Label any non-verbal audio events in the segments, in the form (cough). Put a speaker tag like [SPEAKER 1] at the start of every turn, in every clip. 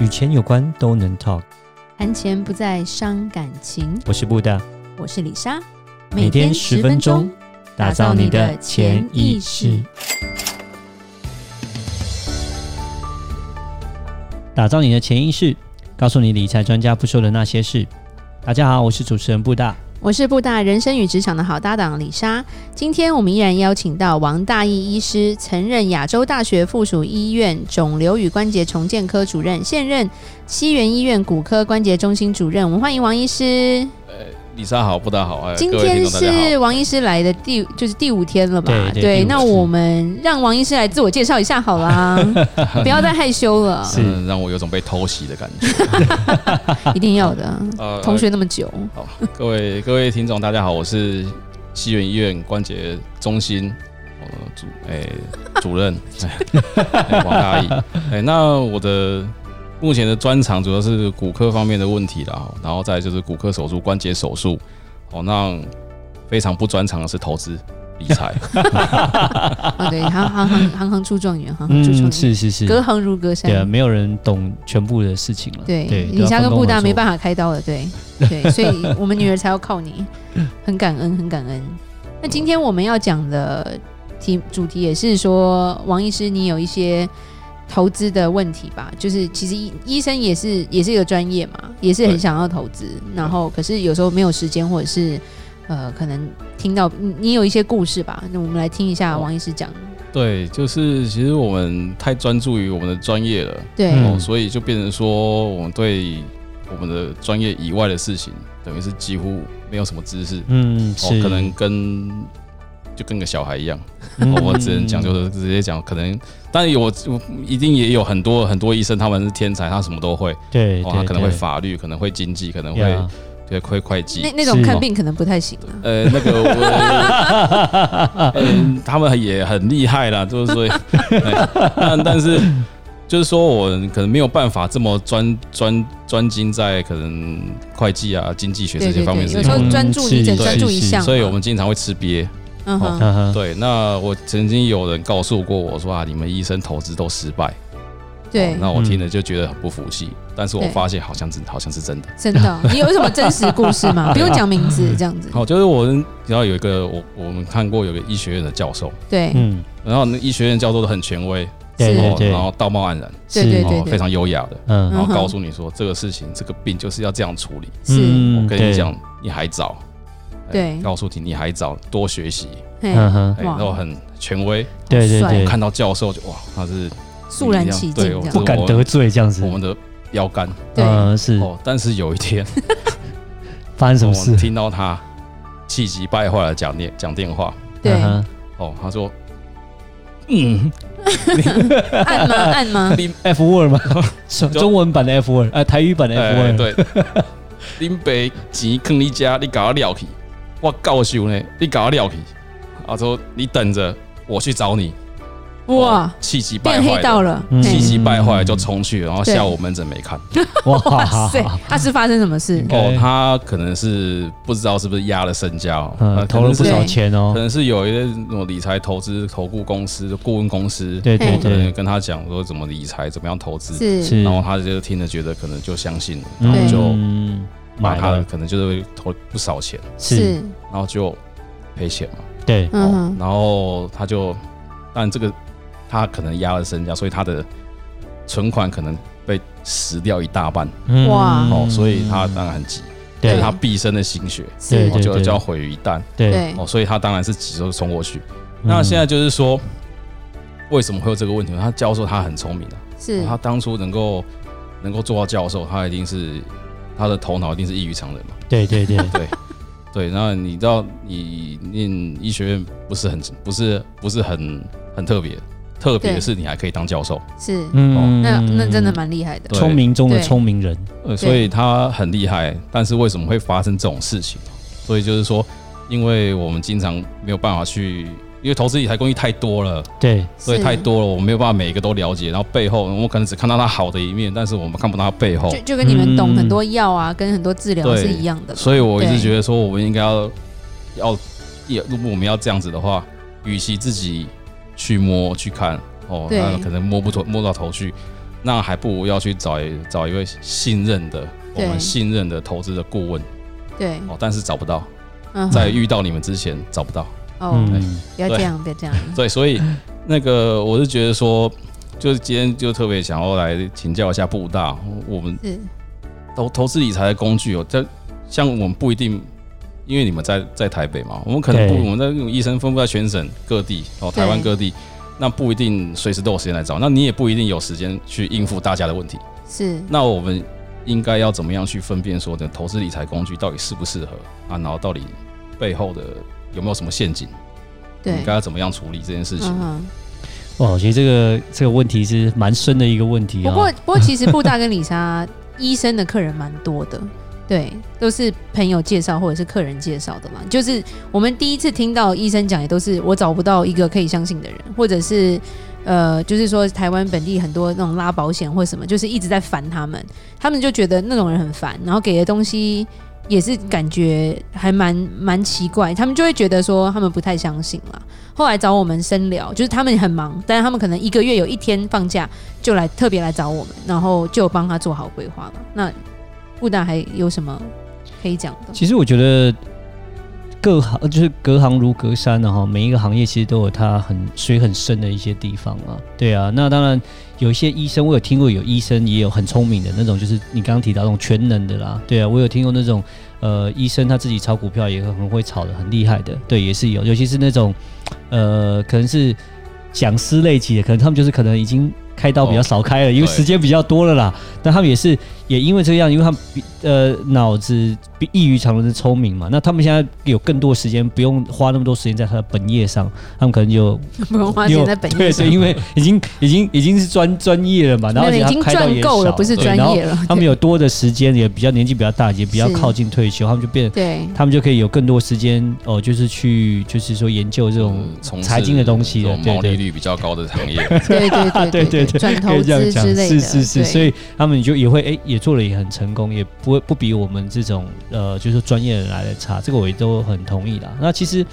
[SPEAKER 1] 与钱有关都能 talk。
[SPEAKER 2] 谈钱不再伤感情。
[SPEAKER 1] 我是布大，
[SPEAKER 2] 我是李莎，
[SPEAKER 1] 每天十分钟，打造你的潜意识，打造你的潜意识，告诉你理财专家不说的那些事。大家好，我是主持人布大。
[SPEAKER 2] 我是布大人生与职场的好搭档李莎。今天我们依然邀请到王大义医师，曾任亚洲大学附属医院肿瘤与关节重建科主任，现任西园医院骨科关节中心主任。我们欢迎王医师。
[SPEAKER 3] 李莎好，布达好，哎，
[SPEAKER 2] 今
[SPEAKER 3] 各位
[SPEAKER 2] 天
[SPEAKER 3] 听众大家
[SPEAKER 2] 是
[SPEAKER 3] 好。
[SPEAKER 2] 王医师来的第就是第五天了吧？
[SPEAKER 1] 对对第五
[SPEAKER 2] 那
[SPEAKER 1] 次
[SPEAKER 2] 我们让王医师来自我介绍一下好
[SPEAKER 3] (laughs)
[SPEAKER 2] 啦，不要再害羞了， (laughs)
[SPEAKER 1] 是
[SPEAKER 3] 嗯，让我有种被偷袭的感觉。
[SPEAKER 1] (laughs)
[SPEAKER 2] 一定要的。
[SPEAKER 3] 呃
[SPEAKER 2] (laughs) 同学那么久，
[SPEAKER 3] 好，各位呃各位听众大家好，我是西园医院关节中心呃主哎、主任哎哎王大义。哎、那我的目前的专长主要是骨科方面的问题啦，哦然后再来就是骨科手术、关节手术。哦，那非常不专长的是投资理财。
[SPEAKER 2] 啊，对，行行行行行出状元，行行出状
[SPEAKER 1] 嗯，
[SPEAKER 2] 元，
[SPEAKER 1] 是是是，
[SPEAKER 2] 隔行如隔山
[SPEAKER 1] 对。啊，没有人懂全部的事情了。
[SPEAKER 2] 对，
[SPEAKER 1] 对，
[SPEAKER 2] 李霞跟布达没
[SPEAKER 1] 法。
[SPEAKER 2] 办法开刀了，
[SPEAKER 3] (laughs)
[SPEAKER 2] 对对，所以我们女儿才要靠你，很感恩，很感恩。那今天我们要讲的题主题也是说，王医师，你有一些投资的问题吧？就是其实医医生也是也是一个专业嘛，也是很
[SPEAKER 3] 对
[SPEAKER 2] 想要投资，然后可是有时候没有时间，或者是呃，可能听到你你有一些故事吧？那我们来听一下
[SPEAKER 3] 哦
[SPEAKER 2] 王医师讲。
[SPEAKER 3] 对，就是其实我们太专注于我们的专业了。
[SPEAKER 2] 对，
[SPEAKER 1] 嗯
[SPEAKER 3] 哦，所以就变成说，我们对我们的专业以外的事情，等于是几乎没有什么知识，
[SPEAKER 1] 嗯，
[SPEAKER 3] 哦
[SPEAKER 1] 是，，
[SPEAKER 3] 可能跟就跟个小孩一样，
[SPEAKER 1] 嗯
[SPEAKER 3] 哦我只能讲就，是直接讲，可能，但有我一定也有很多很多医生，他们是天才，他什么都会，
[SPEAKER 1] 对，
[SPEAKER 3] 哦，
[SPEAKER 1] 对
[SPEAKER 3] 他可能会
[SPEAKER 1] 对
[SPEAKER 3] 法律，可能会经济，可能
[SPEAKER 1] 呀
[SPEAKER 3] 会对会会计
[SPEAKER 2] 那，那种
[SPEAKER 1] 是
[SPEAKER 3] 哦
[SPEAKER 2] 看病可能不太行啊。
[SPEAKER 3] 呃，那个我，嗯，他们也很厉害啦，就是说，哎但但是就是说我可能没有办法这么专专专精在可能会计啊、经济学这
[SPEAKER 2] 对
[SPEAKER 3] 些
[SPEAKER 2] 对
[SPEAKER 3] 方
[SPEAKER 2] 对，
[SPEAKER 3] 面
[SPEAKER 2] 有
[SPEAKER 3] 事
[SPEAKER 2] 时
[SPEAKER 3] 情
[SPEAKER 2] 候
[SPEAKER 1] 嗯，
[SPEAKER 2] 专注你
[SPEAKER 1] 是
[SPEAKER 2] 只能
[SPEAKER 3] 是
[SPEAKER 2] 专注一
[SPEAKER 1] 是
[SPEAKER 2] 项嘛，
[SPEAKER 3] 所以我们经常会吃瘪。
[SPEAKER 2] 嗯哼。
[SPEAKER 1] 嗯哼
[SPEAKER 3] 对，那我曾经有人告诉过我说啊，你们医生投资都失败，
[SPEAKER 2] 对，
[SPEAKER 3] 那我听了就觉得很不服气，但是我发现好像真好像是真的。
[SPEAKER 2] 真的
[SPEAKER 3] (laughs)
[SPEAKER 2] 哦、你有什么真实故事吗？不用讲名字，这样子。
[SPEAKER 3] 啊好，就是我然后有一个我我们看过有个医学院的教授，
[SPEAKER 2] 对，
[SPEAKER 1] 嗯，
[SPEAKER 3] 然后那医学院教授都很权威，
[SPEAKER 1] 对
[SPEAKER 2] 是
[SPEAKER 1] 对
[SPEAKER 3] 哦，
[SPEAKER 1] 对，
[SPEAKER 3] 然后道貌岸然，
[SPEAKER 2] 对
[SPEAKER 1] 是
[SPEAKER 2] 对对
[SPEAKER 3] 哦，非常优雅的，
[SPEAKER 1] 嗯
[SPEAKER 3] 然后
[SPEAKER 2] 嗯哼
[SPEAKER 3] 告诉你说这个事情、这个病就是要这样处理。
[SPEAKER 2] 是，
[SPEAKER 3] 我跟你，
[SPEAKER 1] 嗯
[SPEAKER 3] 讲，你还早，哎
[SPEAKER 2] 对
[SPEAKER 3] 告诉你你还早，多学习，
[SPEAKER 1] 对
[SPEAKER 2] 嘿
[SPEAKER 1] 嗯，哼，
[SPEAKER 3] 哎，
[SPEAKER 2] 哇
[SPEAKER 3] 然后很权威。
[SPEAKER 1] 对对
[SPEAKER 2] 帅
[SPEAKER 1] 对，
[SPEAKER 3] 看到教授就哇，他是
[SPEAKER 2] 肃然起敬
[SPEAKER 3] 对
[SPEAKER 2] 这
[SPEAKER 3] 我
[SPEAKER 2] 样
[SPEAKER 1] 不
[SPEAKER 2] 子。
[SPEAKER 1] 敢得罪这样子
[SPEAKER 3] 我，们的标杆
[SPEAKER 2] 对，
[SPEAKER 1] 嗯，是
[SPEAKER 3] 哦。但是有一天，
[SPEAKER 1] 发 (laughs) 生什么
[SPEAKER 3] 我
[SPEAKER 1] 事？
[SPEAKER 3] 听到他气急败坏的讲电讲电话，
[SPEAKER 2] 对，
[SPEAKER 1] 嗯
[SPEAKER 3] 哦，他说，嗯，
[SPEAKER 2] 按
[SPEAKER 3] (laughs)
[SPEAKER 2] 吗？按吗？
[SPEAKER 3] 林
[SPEAKER 1] 哼 F word 吗？
[SPEAKER 3] (laughs)
[SPEAKER 1] 中中文版的 F word，呃，台语版的 F
[SPEAKER 3] 哎
[SPEAKER 1] word，
[SPEAKER 3] 对， (laughs) 林北钱坑你家，你搞我撂去，我告诉呢，你搞我撂去。他说你等着，我去找你。
[SPEAKER 2] 哇
[SPEAKER 3] 哦，气急败
[SPEAKER 2] 变黑
[SPEAKER 3] 坏
[SPEAKER 2] 道
[SPEAKER 3] 的，
[SPEAKER 2] 了，
[SPEAKER 1] 嗯
[SPEAKER 3] 气
[SPEAKER 2] 嘿
[SPEAKER 3] 急败坏就冲去，然后
[SPEAKER 2] 对
[SPEAKER 3] 下午门诊没看。
[SPEAKER 2] 哇塞
[SPEAKER 1] 哇，，
[SPEAKER 2] 那是发生什么事？
[SPEAKER 1] 对
[SPEAKER 3] 哦，他可能是不知道是不是压了身家哦，
[SPEAKER 1] 嗯，
[SPEAKER 3] 呃
[SPEAKER 1] 投了不少
[SPEAKER 2] 对
[SPEAKER 1] 钱
[SPEAKER 3] 可
[SPEAKER 1] 哦，
[SPEAKER 3] 能是有一些那种理财投资投顾公司、顾问公司，
[SPEAKER 1] 对对
[SPEAKER 2] 嘿
[SPEAKER 3] 可能
[SPEAKER 1] 对，
[SPEAKER 3] 跟他讲说怎么理财、怎么样投资，
[SPEAKER 2] 是，
[SPEAKER 1] 是，
[SPEAKER 3] 然后他就听了觉得可能就相信了，
[SPEAKER 1] 嗯
[SPEAKER 3] 然后就
[SPEAKER 1] 嗯
[SPEAKER 3] 把
[SPEAKER 1] 买
[SPEAKER 3] 他
[SPEAKER 1] 了，
[SPEAKER 3] 可能就是会投不少钱，
[SPEAKER 1] 是，
[SPEAKER 2] 是，
[SPEAKER 3] 然后就赔钱嘛。
[SPEAKER 1] 对，
[SPEAKER 2] 嗯
[SPEAKER 3] 哦
[SPEAKER 2] 哼，，
[SPEAKER 3] 然后他就，但这个他可能压了身家，所以他的存款可能被蚀掉一大半
[SPEAKER 1] 嗯
[SPEAKER 2] 哇
[SPEAKER 3] 哦，所以他当然很急，这
[SPEAKER 1] 对
[SPEAKER 3] 是他毕生的心血，
[SPEAKER 2] 是
[SPEAKER 3] 哦，
[SPEAKER 1] 对
[SPEAKER 3] 就就要毁于一旦
[SPEAKER 1] 对，
[SPEAKER 2] 对
[SPEAKER 3] 哦，所以他当然是急着冲过去。
[SPEAKER 1] 嗯
[SPEAKER 3] 那现在就是说，为什么会有这个问题？他教授他很聪明的、
[SPEAKER 2] 是
[SPEAKER 3] 哦，他当初能够能够做到教授，他一定是他的头脑一定是异于常人嘛。
[SPEAKER 1] 对对
[SPEAKER 3] (laughs)
[SPEAKER 1] 对，
[SPEAKER 3] 对对，那你知道你念医学院不是很不是不是很很特别，特别
[SPEAKER 2] 对
[SPEAKER 3] 的是你还可以当教授，
[SPEAKER 2] 是，
[SPEAKER 1] 嗯
[SPEAKER 2] 那那真的蛮厉害的。
[SPEAKER 3] 哦对
[SPEAKER 1] 聪明中的
[SPEAKER 2] 对
[SPEAKER 1] 聪明人，
[SPEAKER 3] 呃，所以他很厉害。但是为什么会发生这种事情？所以就是说，因为我们经常没有办法去，因为投资理财工具太多了，
[SPEAKER 1] 对，
[SPEAKER 3] 所以
[SPEAKER 2] 是
[SPEAKER 3] 太多了，我没有办法每一个都了解。然后背后，我们可能只看到他好的一面，但是我们看不到他背后
[SPEAKER 2] 就。就跟你们懂
[SPEAKER 1] 嗯
[SPEAKER 2] 很多药啊，跟很多治疗
[SPEAKER 3] 对
[SPEAKER 2] 是一样的。
[SPEAKER 3] 所以我一
[SPEAKER 2] 对
[SPEAKER 3] 直觉得说，我们应该要要，也如果我们要这样子的话，与其自己去摸去看，哦，
[SPEAKER 2] 对
[SPEAKER 3] 那可能摸不头摸到头去，那还不如要去找一找一位信任的，我
[SPEAKER 2] 对
[SPEAKER 3] 们信任的投资的顾问
[SPEAKER 2] 对，
[SPEAKER 3] 哦，但是找不到，
[SPEAKER 2] 嗯哼，
[SPEAKER 3] 在遇到你们之前找不到，
[SPEAKER 2] 哦，
[SPEAKER 1] 嗯，
[SPEAKER 2] 不要这样，不要这样，
[SPEAKER 3] 对，所以那个我是觉得说，就是今天就特别想要来请教一下布大，我们
[SPEAKER 2] 是
[SPEAKER 3] 投投资理财的工具哦，这像我们不一定，因为你们在在台北嘛，我们可能不，
[SPEAKER 1] 对
[SPEAKER 3] 我们的那种医生分布在全省各地哦，台湾
[SPEAKER 2] 对
[SPEAKER 3] 各地，那不一定随时都有时间来找，那你也不一定有时间去应付大家的问题。
[SPEAKER 2] 是，
[SPEAKER 3] 那我们应该要怎么样去分辨说的投资理财工具到底适不适合啊？然后到底背后的有没有什么陷阱？
[SPEAKER 2] 对
[SPEAKER 3] 应，该要怎么样处理这件事情？
[SPEAKER 2] 嗯哼。
[SPEAKER 1] 哇，哦其实这个这个问题是蛮深的一个问题
[SPEAKER 2] 不
[SPEAKER 1] 啊。
[SPEAKER 2] 过，不过其实布大跟李莎 (laughs) 医生的客人蛮多的，对，都是朋友介绍或者是客人介绍的嘛。就是我们第一次听到医生讲，也都是我找不到一个可以相信的人，或者是呃，就是说台湾本地很多那种拉保险或什么，就是一直在烦他们，他们就觉得那种人很烦，然后给的东西。也是感觉还蛮蛮奇怪，他们就会觉得说他们不太相信啦。后来找我们深聊，就是他们很忙，但是他们可能一个月有一天放假，就来特别来找我们，然后就帮他做好规划嘛。那布达还有什么可以讲的？
[SPEAKER 1] 其实我觉得各行就是隔行如隔山的、啊、哈，每一个行业其实都有它很水很深的一些地方啊。对啊，那当然有一些医生，我有听过有医生也有很聪明的那种，就是你刚刚提到那种全能的啦。对啊，我有听过那种呃医生他自己炒股票也很会炒的，很厉害的。对，也是有，尤其是那种呃可能是讲师类级的，可能他们就是可能已经。开刀比较少开了，因为
[SPEAKER 3] 对
[SPEAKER 1] 时间比较多了啦。但他们也是也因为这样，因为他们比呃脑子比异于常人的聪明嘛，那他们现在有更多时间，不用花那么多时间在他的本业上，他们可能就
[SPEAKER 2] 不用花钱在本
[SPEAKER 1] (laughs)
[SPEAKER 2] 业
[SPEAKER 1] 对对，因为已经已经已经是专专业了嘛，然后
[SPEAKER 2] 没有
[SPEAKER 1] 而
[SPEAKER 2] 已
[SPEAKER 1] 且
[SPEAKER 2] 经
[SPEAKER 1] 他开到
[SPEAKER 2] 赚
[SPEAKER 1] 也
[SPEAKER 2] 够了，
[SPEAKER 1] 少
[SPEAKER 2] 不是
[SPEAKER 1] 对
[SPEAKER 2] 专
[SPEAKER 1] 然后
[SPEAKER 2] 业了。
[SPEAKER 1] 他们有多的时间，也比较年纪比较大，也比较
[SPEAKER 2] 是
[SPEAKER 1] 靠近退休，他们就变。
[SPEAKER 2] 对
[SPEAKER 1] 他们就可以有更多时间哦、就是去就是说研究这种
[SPEAKER 3] 嗯从事
[SPEAKER 1] 财经的东西
[SPEAKER 3] 这
[SPEAKER 1] 了，
[SPEAKER 3] 种
[SPEAKER 1] 对
[SPEAKER 3] 毛利
[SPEAKER 1] 对
[SPEAKER 3] 率比较高的行业，
[SPEAKER 2] 对对
[SPEAKER 1] 对
[SPEAKER 2] 对
[SPEAKER 1] 对对，
[SPEAKER 2] 转
[SPEAKER 1] 可
[SPEAKER 2] 投
[SPEAKER 1] 以这
[SPEAKER 2] 资
[SPEAKER 1] 样讲
[SPEAKER 2] 之类
[SPEAKER 1] 是
[SPEAKER 2] 的，
[SPEAKER 1] 是是，
[SPEAKER 2] 对
[SPEAKER 1] 所以他们就也会哎、也做的也很成功，也不会不比我们这种呃就是专业人来的差，这个我也都很同意啦。那其实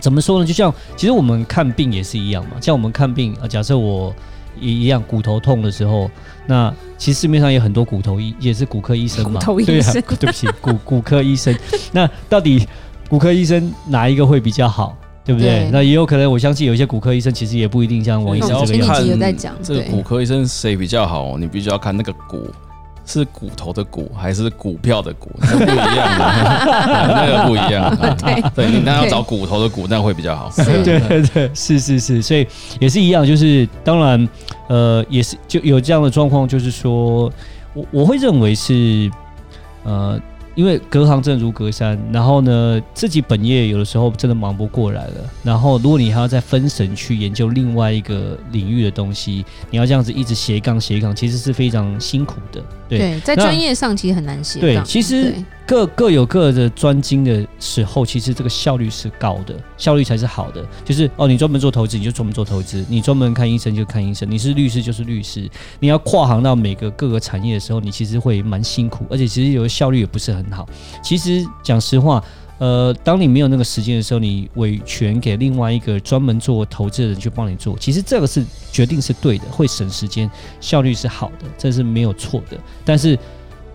[SPEAKER 1] 怎么说呢？就像其实我们看病也是一样嘛，像我们看病啊、呃假设我一一样骨头痛的时候，那其实市面上有很多骨头医也是骨科医生嘛，
[SPEAKER 2] 骨头医
[SPEAKER 1] 对啊 (laughs)
[SPEAKER 2] 生
[SPEAKER 1] 对不起，骨骨科医
[SPEAKER 2] (laughs)
[SPEAKER 1] 生，那到底骨科医生哪一个会比较好？对不对？
[SPEAKER 2] 对
[SPEAKER 1] 那也有可能，我相信有一些骨科医生其实也不一定像王医
[SPEAKER 3] 你
[SPEAKER 1] 生这
[SPEAKER 3] 只要
[SPEAKER 1] 个样子。
[SPEAKER 2] 前几集有
[SPEAKER 3] 看
[SPEAKER 2] 在讲
[SPEAKER 3] 这个
[SPEAKER 2] 对
[SPEAKER 3] 骨科医生谁比较好，你必须要看那个骨。是骨头的骨还是股票的股？那不一样 (laughs) 的，那个不一样啊的。
[SPEAKER 2] 对
[SPEAKER 3] 对你那要
[SPEAKER 2] 对
[SPEAKER 3] 找骨头的骨，那会比较好。
[SPEAKER 2] 是
[SPEAKER 1] 对对对， (laughs) 是是是，所以也是一样，就是当然，呃，也是就有这样的状况，就是说我我会认为是，呃，因为隔行正如隔山，然后呢，自己本业有的时候真的忙不过来了，然后如果你还要再分神去研究另外一个领域的东西，你要这样子一直斜杠斜杠，其实是非常辛苦的，对。
[SPEAKER 2] 对，在
[SPEAKER 1] 那
[SPEAKER 2] 专业上其实很难写
[SPEAKER 1] 对
[SPEAKER 2] 到。
[SPEAKER 1] 其实
[SPEAKER 2] 对
[SPEAKER 1] 各各有各的专精的时候，其实这个效率是高的，效率才是好的。就是哦，你专门做投资，你就专门做投资；你专门看医生就看医生；你是律师就是律师。你要跨行到每个各个产业的时候，你其实会蛮辛苦，而且其实有的效率也不是很好。其实讲实话。呃，当你没有那个时间的时候，你委权给另外一个专门做投资的人去帮你做，其实这个是决定是对的，会省时间，效率是好的，这是没有错的。但是，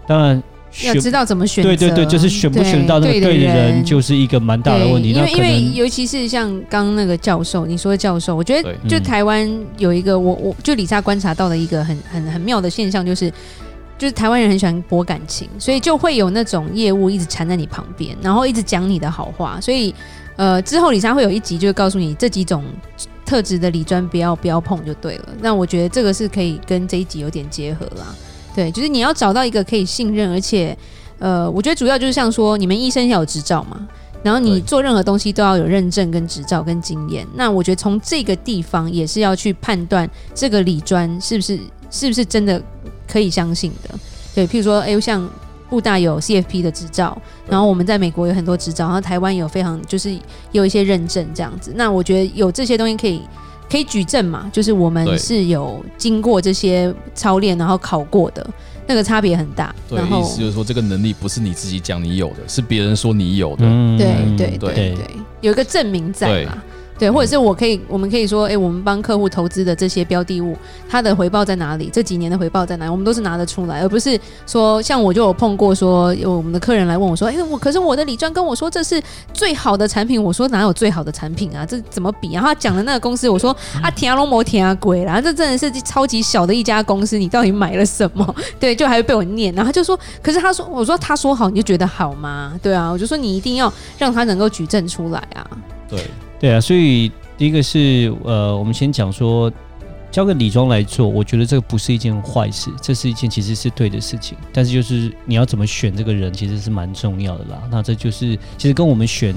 [SPEAKER 1] 当然
[SPEAKER 2] 要
[SPEAKER 1] 选
[SPEAKER 2] 知道怎么选择，
[SPEAKER 1] 对对对，就是选不选到那个对的人，就是一个蛮大的问题。
[SPEAKER 2] 对因
[SPEAKER 1] 那
[SPEAKER 2] 为
[SPEAKER 1] 可
[SPEAKER 2] 因为
[SPEAKER 1] 能
[SPEAKER 2] 尤其是像刚刚那个教授，你说的教授，我觉得
[SPEAKER 3] 对
[SPEAKER 2] 就
[SPEAKER 1] 嗯
[SPEAKER 2] 台湾有一个我我就李莎观察到的一个很很很妙的现象，就是就是台湾人很喜欢博感情，所以就会有那种业务一直缠在你旁边，然后一直讲你的好话，所以呃之后李莎会有一集就是告诉你这几种。特质的理专不要不要碰就对了。那我觉得这个是可以跟这一集有点结合啦。对，就是你要找到一个可以信任，而且呃，我觉得主要就是像说，你们医生要有执照嘛，然后你
[SPEAKER 3] 对
[SPEAKER 2] 做任何东西都要有认证、跟执照、跟经验。那我觉得从这个地方也是要去判断这个理专是不是是不是真的可以相信的。对，譬如说，哎、像布大有 CFP 的执照，然后我们在美国有很多执照，然后台湾有非常就是有一些认证这样子。那我觉得有这些东西可以可以举证嘛，就是我们
[SPEAKER 3] 对
[SPEAKER 2] 是有经过这些操练，然后考过的，那个差别很大。
[SPEAKER 3] 对，
[SPEAKER 2] 然
[SPEAKER 3] 意
[SPEAKER 2] 后
[SPEAKER 3] 思就是说，这个能力不是你自己讲你有的，是别人说你有的。
[SPEAKER 1] 嗯
[SPEAKER 2] 对对
[SPEAKER 3] 对
[SPEAKER 2] 对对，有一个证明在嘛。对，或者是我可以，我们可以说，哎，我们帮客户投资的这些标的物，它的回报在哪里？这几年的回报在哪里？我们都是拿得出来，而不是说，像我就有碰过说，有我们的客人来问我说，哎，我可是我的理专跟我说这是最好的产品，我说哪有最好的产品啊？这怎么比啊？然后他讲的那个公司，我说啊，田龙摩田啊鬼啦，这真的是超级小的一家公司，你到底买了什么？ (laughs) 对，就还会被我念，然后他就说，可是他说，我说他说好，你就觉得好吗？对啊，我就说你一定要让他能够举证出来啊。
[SPEAKER 3] 对，
[SPEAKER 1] 对啊，所以第一个是呃，我们先讲说交给李庄来做，我觉得这个不是一件坏事，这是一件其实是对的事情。但是就是你要怎么选这个人，其实是蛮重要的啦。那这就是其实跟我们选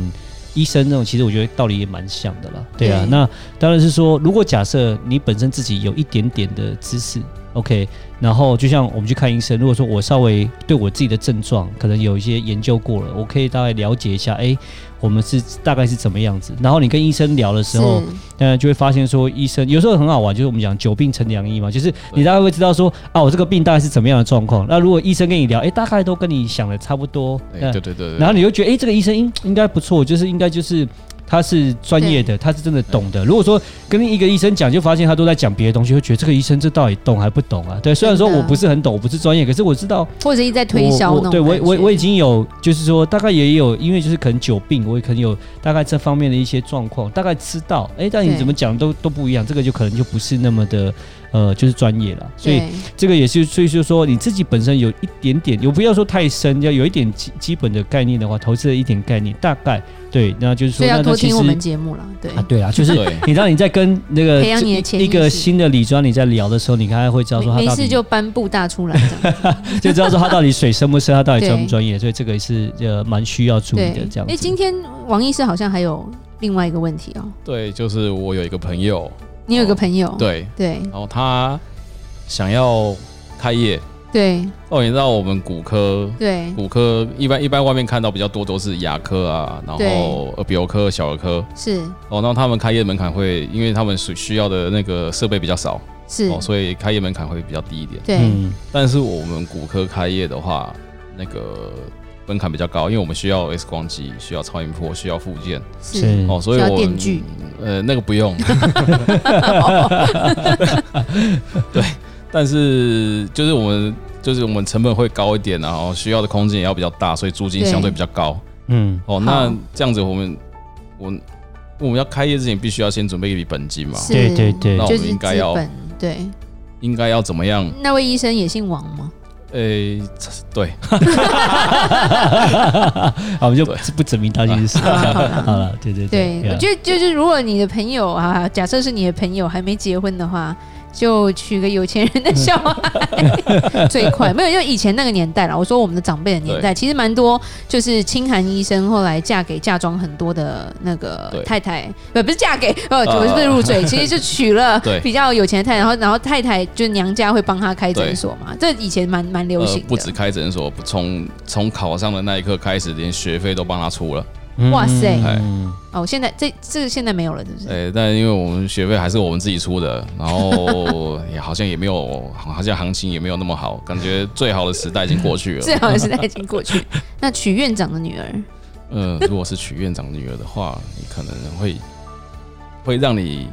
[SPEAKER 1] 医生那种，其实我觉得道理也蛮像的啦。对啊，
[SPEAKER 2] 对
[SPEAKER 1] 那当然是说，如果假设你本身自己有一点点的知识。OK，然后就像我们去看医生，如果说我稍微对我自己的症状可能有一些研究过了，我可以大概了解一下，哎，我们是大概是怎么样子。然后你跟医生聊的时候，那就会发现说，医生有时候很好玩，就是我们讲久病成良医嘛，就是你大概会知道说，啊，我这个病大概是怎么样的状况。那如果医生跟你聊，哎、大概都跟你想的差不多，
[SPEAKER 3] 哎，
[SPEAKER 1] 那
[SPEAKER 3] 对对对
[SPEAKER 1] 然
[SPEAKER 3] 对，
[SPEAKER 1] 后你就觉得，哎、这个医生应应该不错，就是应该就是他是专业的，他是真的懂的。如果说跟一个医生讲，就发现他都在讲别的东西，会觉得这个医生这到底懂还不懂啊？对，虽然说
[SPEAKER 2] 真的
[SPEAKER 1] 我不是很懂，我不是专业，可是我知道
[SPEAKER 2] 或者一直在推销
[SPEAKER 1] 我
[SPEAKER 2] 那
[SPEAKER 1] 我
[SPEAKER 2] 种
[SPEAKER 1] 对我我
[SPEAKER 2] 感觉
[SPEAKER 1] 我已经有，就是说大概也有，因为就是可能久病，我也可能有大概这方面的一些状况，大概知道。哎，但你
[SPEAKER 2] 对
[SPEAKER 1] 怎么讲都都不一样，这个就可能就不是那么的呃，就是专业了。所以
[SPEAKER 2] 对
[SPEAKER 1] 这个也是，所以就是说你自己本身有一点点，有不要说太深，要有一点基基本的概念的话，投资的一点概念，大概对，那就是说
[SPEAKER 2] 所以
[SPEAKER 1] 那那
[SPEAKER 2] 要多
[SPEAKER 1] 其
[SPEAKER 2] 听
[SPEAKER 1] 实
[SPEAKER 2] 我们节目啦。对，
[SPEAKER 1] 啊，对啊，
[SPEAKER 2] (laughs)
[SPEAKER 1] 就是
[SPEAKER 3] 对
[SPEAKER 1] 你让你在跟那个
[SPEAKER 2] 培养你的潜意
[SPEAKER 1] 一个
[SPEAKER 2] 识
[SPEAKER 1] 新的理专你在聊的时候，你大概会知道说他
[SPEAKER 2] 没没
[SPEAKER 1] 到底
[SPEAKER 2] 事就搬布大出来这样。
[SPEAKER 1] 就知道说他到底水深不深，他到底
[SPEAKER 2] 对
[SPEAKER 1] 专不专业，所以这个也是呃蛮需要 (laughs) 注意的
[SPEAKER 2] 对
[SPEAKER 1] 这，样
[SPEAKER 2] 哎，今
[SPEAKER 1] 子。
[SPEAKER 2] 天王医师好像还有另外一个问题哦，
[SPEAKER 3] 对，就是我有一个朋友，
[SPEAKER 2] 你有一个朋友，
[SPEAKER 3] 对，
[SPEAKER 2] 对
[SPEAKER 3] 然后他想要开业，
[SPEAKER 2] 对
[SPEAKER 3] 哦，你知道我们骨科。
[SPEAKER 2] 对，
[SPEAKER 3] 骨科一般一般外面看到比较多都是牙科啊，然后耳鼻喉科、小儿科
[SPEAKER 2] 是
[SPEAKER 3] 哦，那他们开业门槛会，因为他们所需要的那个设备比较少
[SPEAKER 2] 是
[SPEAKER 3] 哦，，所以开业门槛会比较低一点。
[SPEAKER 2] 对，
[SPEAKER 1] 嗯
[SPEAKER 3] 但是我们骨科开业的话，那个门槛比较高，因为我们需要 X 光机，需要超音波，需要附件
[SPEAKER 2] 是
[SPEAKER 1] 是
[SPEAKER 3] 哦，所以
[SPEAKER 2] 嗯需要
[SPEAKER 3] 我
[SPEAKER 2] 电锯
[SPEAKER 3] 呃那个不
[SPEAKER 2] (laughs)
[SPEAKER 3] 用，对，但是就是我们就是我们成本会高一点，啊然后需要的空间也要比较大，所以租金
[SPEAKER 2] 对
[SPEAKER 3] 相对比较高
[SPEAKER 1] 嗯，
[SPEAKER 3] 哦。那这样子我们我我们要开业之前必须要先准备一笔本金嘛，
[SPEAKER 2] 是
[SPEAKER 1] 对对对
[SPEAKER 3] 那我
[SPEAKER 2] (laughs) 就
[SPEAKER 3] 们
[SPEAKER 2] 是
[SPEAKER 3] 应
[SPEAKER 2] 资
[SPEAKER 3] 该要
[SPEAKER 2] 本。对，
[SPEAKER 3] 应该要怎么样？呃
[SPEAKER 2] 那位医生也姓王
[SPEAKER 1] (laughs)
[SPEAKER 2] 吗？
[SPEAKER 3] 诶、对，
[SPEAKER 2] (laughs)
[SPEAKER 1] 好，我们就
[SPEAKER 3] 对
[SPEAKER 1] 不指名道姓 (laughs) 是谁。
[SPEAKER 2] 啊好啦
[SPEAKER 1] 好了，对对啊
[SPEAKER 2] 对，我觉得就是如果你的朋友啊，假设是你的朋友还没结婚的话，就娶个有钱人的小
[SPEAKER 3] (laughs)
[SPEAKER 2] 孩最快。没有，就以前那个年代啦。我说我们的长辈的年代，其实蛮多就是清寒医生后来嫁给嫁妆很多的那个
[SPEAKER 3] 对
[SPEAKER 2] 太太，不不是嫁给，呃，
[SPEAKER 3] 呃
[SPEAKER 2] 我是不是入
[SPEAKER 3] (laughs)
[SPEAKER 2] 赘，其实就娶了
[SPEAKER 3] 对
[SPEAKER 2] 比较有钱的太太，然后然后太太就娘家会帮她开诊
[SPEAKER 3] 对
[SPEAKER 2] 所嘛，这以前蛮蛮流行的。
[SPEAKER 3] 呃不止开诊所，从从考上的那一刻开始，连学费都帮他出了。
[SPEAKER 1] 嗯
[SPEAKER 2] 哇塞
[SPEAKER 3] 哎
[SPEAKER 2] 哦，现在这这个现在没有了，是不是？
[SPEAKER 3] 哎、但因为我们学费还是我们自己出的，然
[SPEAKER 2] (laughs)
[SPEAKER 3] 后也好像也没有，好像行情也没有那么好，感觉最好的时代已经过去了。
[SPEAKER 2] (laughs) 最好的时代已经过
[SPEAKER 3] (laughs)
[SPEAKER 2] 去。那娶院长的女儿。
[SPEAKER 3] 嗯、如果是娶院长女儿的话，你可能会会让你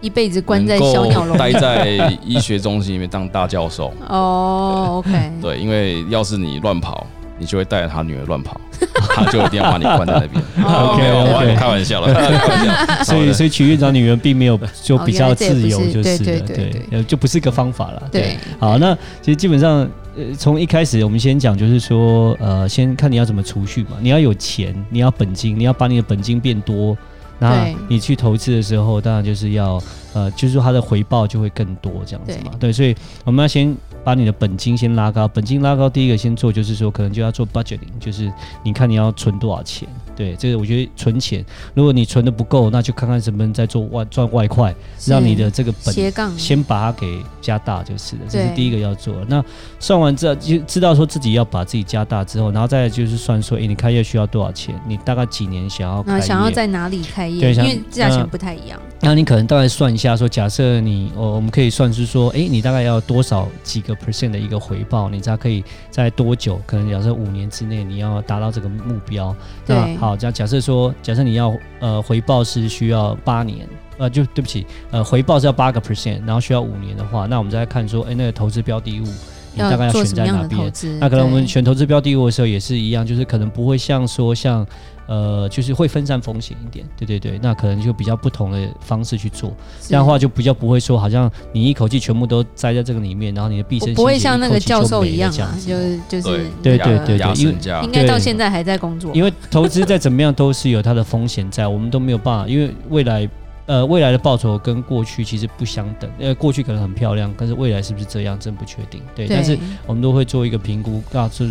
[SPEAKER 2] 一辈子关在
[SPEAKER 3] 能
[SPEAKER 2] 小
[SPEAKER 3] 够
[SPEAKER 2] 鸟笼
[SPEAKER 3] 待在医学中心里面当大教授。
[SPEAKER 2] 哦，OK，
[SPEAKER 3] 对，因为要是你乱跑，你就会带着他女儿乱跑， (laughs) 他就一定要把你关在那边。
[SPEAKER 2] 哦
[SPEAKER 1] OK，
[SPEAKER 3] 没有，
[SPEAKER 1] OK
[SPEAKER 3] 我开玩笑了，开玩
[SPEAKER 2] (laughs)
[SPEAKER 3] 笑。
[SPEAKER 1] 所
[SPEAKER 3] 好
[SPEAKER 1] 以
[SPEAKER 3] 的
[SPEAKER 1] 所以取院长女人并没有就
[SPEAKER 2] 哦
[SPEAKER 1] 比
[SPEAKER 2] 原
[SPEAKER 1] 较
[SPEAKER 2] 来这也
[SPEAKER 1] 自
[SPEAKER 2] 不
[SPEAKER 1] 由
[SPEAKER 2] 是
[SPEAKER 1] 就
[SPEAKER 2] 对
[SPEAKER 1] 是
[SPEAKER 2] 对
[SPEAKER 1] 了，
[SPEAKER 2] 对
[SPEAKER 1] 对
[SPEAKER 2] 对，
[SPEAKER 1] 呃就不是个方法了，
[SPEAKER 2] 对，
[SPEAKER 1] 好，那其实基本上，呃，从一开始我们先讲，就是说，呃，先看你要怎么储蓄嘛。你要有钱，你要本金，你要把你的本金变多。那
[SPEAKER 2] 对
[SPEAKER 1] 你去投资的时候，当然就是要，呃，就是说它的回报就会更多这样子嘛。对，所以我们要先把你的本金先拉高，本金拉高，第一个先做就是说，可能就要做 budgeting，就是你看你要存多少钱。对，这个我觉得存钱，如果你存的不够，那就看看能不能再做外赚外快，
[SPEAKER 2] 是
[SPEAKER 1] 让你的这个本
[SPEAKER 2] 斜杠
[SPEAKER 1] 先把它给加大就是了，这是
[SPEAKER 2] 嗯对
[SPEAKER 1] 第一个要做的。那算完这就知道说自己要把自己加大之后，然后再来就是算说，诶，你开业需要多少钱？你大概几年想要开
[SPEAKER 2] 那
[SPEAKER 1] 业？
[SPEAKER 2] 啊想要在哪里开业？
[SPEAKER 1] 对
[SPEAKER 2] 因
[SPEAKER 1] 想嗯
[SPEAKER 2] 为价钱不太一样，
[SPEAKER 1] 那你可能大概算一下说，假设你哦，我们可以算是说，诶，你大概要多少几个 percent 的一个回报，你才可以在多久？可能假设五年之内你要达到这个目标。那
[SPEAKER 2] 对
[SPEAKER 1] 好，好，假假设说，假设你要呃回报是需要八年，呃，就对不起，呃，回报是要八个 percent，然后需要五年的话，那我们再看说，哎，那个投资标的物你大概
[SPEAKER 2] 要
[SPEAKER 1] 要
[SPEAKER 2] 做
[SPEAKER 1] 选
[SPEAKER 2] 什
[SPEAKER 1] 在
[SPEAKER 2] 么样
[SPEAKER 1] 哪
[SPEAKER 2] 的投
[SPEAKER 1] 边？
[SPEAKER 2] 资？
[SPEAKER 1] 那可能我们
[SPEAKER 2] 嗯对
[SPEAKER 1] 选投资标的物的时候也是一样，就是可能不会像说像呃，就是会分散风险一点，对对对，那可能就比较不同的方式去做，这样的话就比较不会说好像你一口气全部都栽在这个里面，然后你的毕
[SPEAKER 2] 不
[SPEAKER 1] 生
[SPEAKER 2] 不会
[SPEAKER 1] 心血
[SPEAKER 2] 像
[SPEAKER 1] 一
[SPEAKER 2] 那
[SPEAKER 1] 口
[SPEAKER 2] 个
[SPEAKER 1] 气
[SPEAKER 2] 教
[SPEAKER 1] 就
[SPEAKER 2] 授
[SPEAKER 1] 没
[SPEAKER 2] 一
[SPEAKER 1] 了
[SPEAKER 2] 样
[SPEAKER 1] 这
[SPEAKER 2] 啊
[SPEAKER 1] 样，子
[SPEAKER 2] 就是就是
[SPEAKER 1] 对
[SPEAKER 2] 那
[SPEAKER 1] 对
[SPEAKER 2] 个
[SPEAKER 1] 对
[SPEAKER 3] 压
[SPEAKER 1] 因为
[SPEAKER 3] 身价
[SPEAKER 2] 应，该到
[SPEAKER 1] 对
[SPEAKER 2] 现在还在工作。
[SPEAKER 1] 因为投资再怎么样都是有它的风险在，我们都没有办法，因为未来呃未来的报酬跟过去其实不相等，呃过去可能很漂亮，但是未来是不是这样真不确定。对，但是我们都会做一个评估，告诉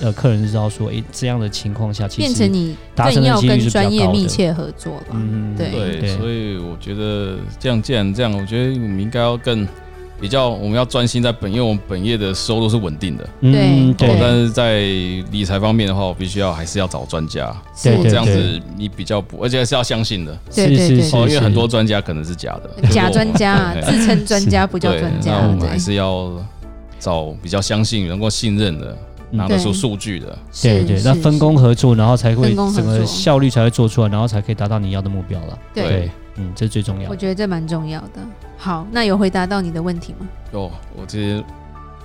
[SPEAKER 1] 呃客人知道说，诶，这样的情况下其
[SPEAKER 2] 变
[SPEAKER 1] 实
[SPEAKER 2] 成你
[SPEAKER 1] 达成
[SPEAKER 2] 更
[SPEAKER 1] 的
[SPEAKER 2] 要
[SPEAKER 1] 几率
[SPEAKER 2] 跟
[SPEAKER 1] 是比较
[SPEAKER 2] 专业
[SPEAKER 1] 高
[SPEAKER 2] 密
[SPEAKER 1] 的
[SPEAKER 2] 切合作吧。
[SPEAKER 1] 嗯
[SPEAKER 2] 对
[SPEAKER 3] 对，所以我觉得这样，既然这样，我觉得我们应该要更比较，我们要专心在本，因为我们本业的收入是稳定的。
[SPEAKER 1] 嗯
[SPEAKER 2] 对
[SPEAKER 3] 哦，
[SPEAKER 1] 对
[SPEAKER 3] 但是在理财方面的话，我必须要还是要找专家，
[SPEAKER 2] 是
[SPEAKER 1] 对对
[SPEAKER 3] 这样子你比较不，而且是要相信的。
[SPEAKER 2] 对
[SPEAKER 1] 是
[SPEAKER 2] 对
[SPEAKER 1] 是
[SPEAKER 2] 对
[SPEAKER 1] 是
[SPEAKER 3] 哦，因为很多专家可能是假的，
[SPEAKER 2] 假专家啊，
[SPEAKER 3] (laughs) 对
[SPEAKER 2] 自称专家不叫
[SPEAKER 3] 对，
[SPEAKER 2] 专家
[SPEAKER 3] 那我，们还
[SPEAKER 2] 对，
[SPEAKER 3] 是要找比较相信、能够信任的，
[SPEAKER 2] 嗯
[SPEAKER 3] 拿得出数据的。
[SPEAKER 1] 对对，
[SPEAKER 2] 是
[SPEAKER 1] 那分工，合作，然后才会
[SPEAKER 2] 分工合
[SPEAKER 1] 整个
[SPEAKER 2] 作
[SPEAKER 1] 效率才会做出来，然后才可以达到你要的目标了。
[SPEAKER 2] 是是对，
[SPEAKER 1] 对，嗯，这是最重要
[SPEAKER 2] 我
[SPEAKER 1] 的。
[SPEAKER 2] 觉得这蛮重要的。好，那有回答到你的问题吗？
[SPEAKER 3] 哦，我其实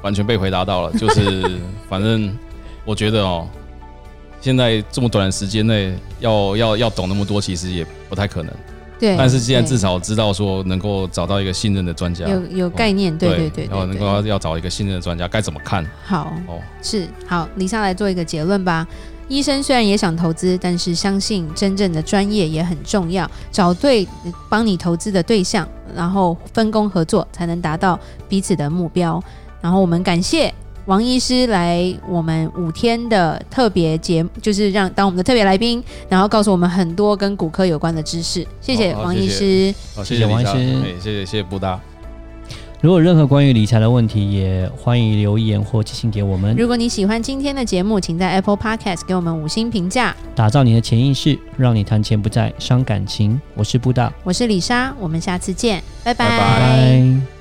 [SPEAKER 3] 完全被回答到了，就是
[SPEAKER 2] (laughs)
[SPEAKER 3] 反正我觉得哦，现在这么短的时间内要要要懂那么多，其实也不太可能。
[SPEAKER 2] 对，
[SPEAKER 3] 但是现在
[SPEAKER 2] 对
[SPEAKER 3] 至少知道说能够找到一个信任的专家，
[SPEAKER 2] 有有概念，对对对
[SPEAKER 3] 然后
[SPEAKER 2] 对
[SPEAKER 3] 能
[SPEAKER 2] 对
[SPEAKER 3] 够要要找一个信任的专家该怎么看
[SPEAKER 2] 好
[SPEAKER 3] 哦。
[SPEAKER 2] 是好，李莎来做一个结论吧。医生虽然也想投资，但是相信真正的专业也很重要，找对呃帮你投资的对象，然后分工合作，才能达到彼此的目标。然后我们感谢王医师来我们五天的特别节目，就是让当我们的特别来宾，然后告诉我们很多跟骨科有关的知识。谢谢
[SPEAKER 3] 好好
[SPEAKER 2] 王医
[SPEAKER 3] 谢谢
[SPEAKER 2] 师。
[SPEAKER 3] 好，
[SPEAKER 1] 谢
[SPEAKER 3] 谢
[SPEAKER 1] 谢
[SPEAKER 3] 谢
[SPEAKER 1] 王
[SPEAKER 3] 王
[SPEAKER 1] 医师
[SPEAKER 3] 医师，哎谢谢谢谢布达，
[SPEAKER 1] 如果有任何关于理财的问题，也欢迎留言或寄信给我们，
[SPEAKER 2] 如果你喜欢今天的节目，请在 Apple Podcast 给我们五星评价。
[SPEAKER 1] 打造你的潜意识，让你谈钱不再伤感情。我是布大，
[SPEAKER 2] 我是李莎，我们下次见，拜
[SPEAKER 3] 拜
[SPEAKER 1] 拜。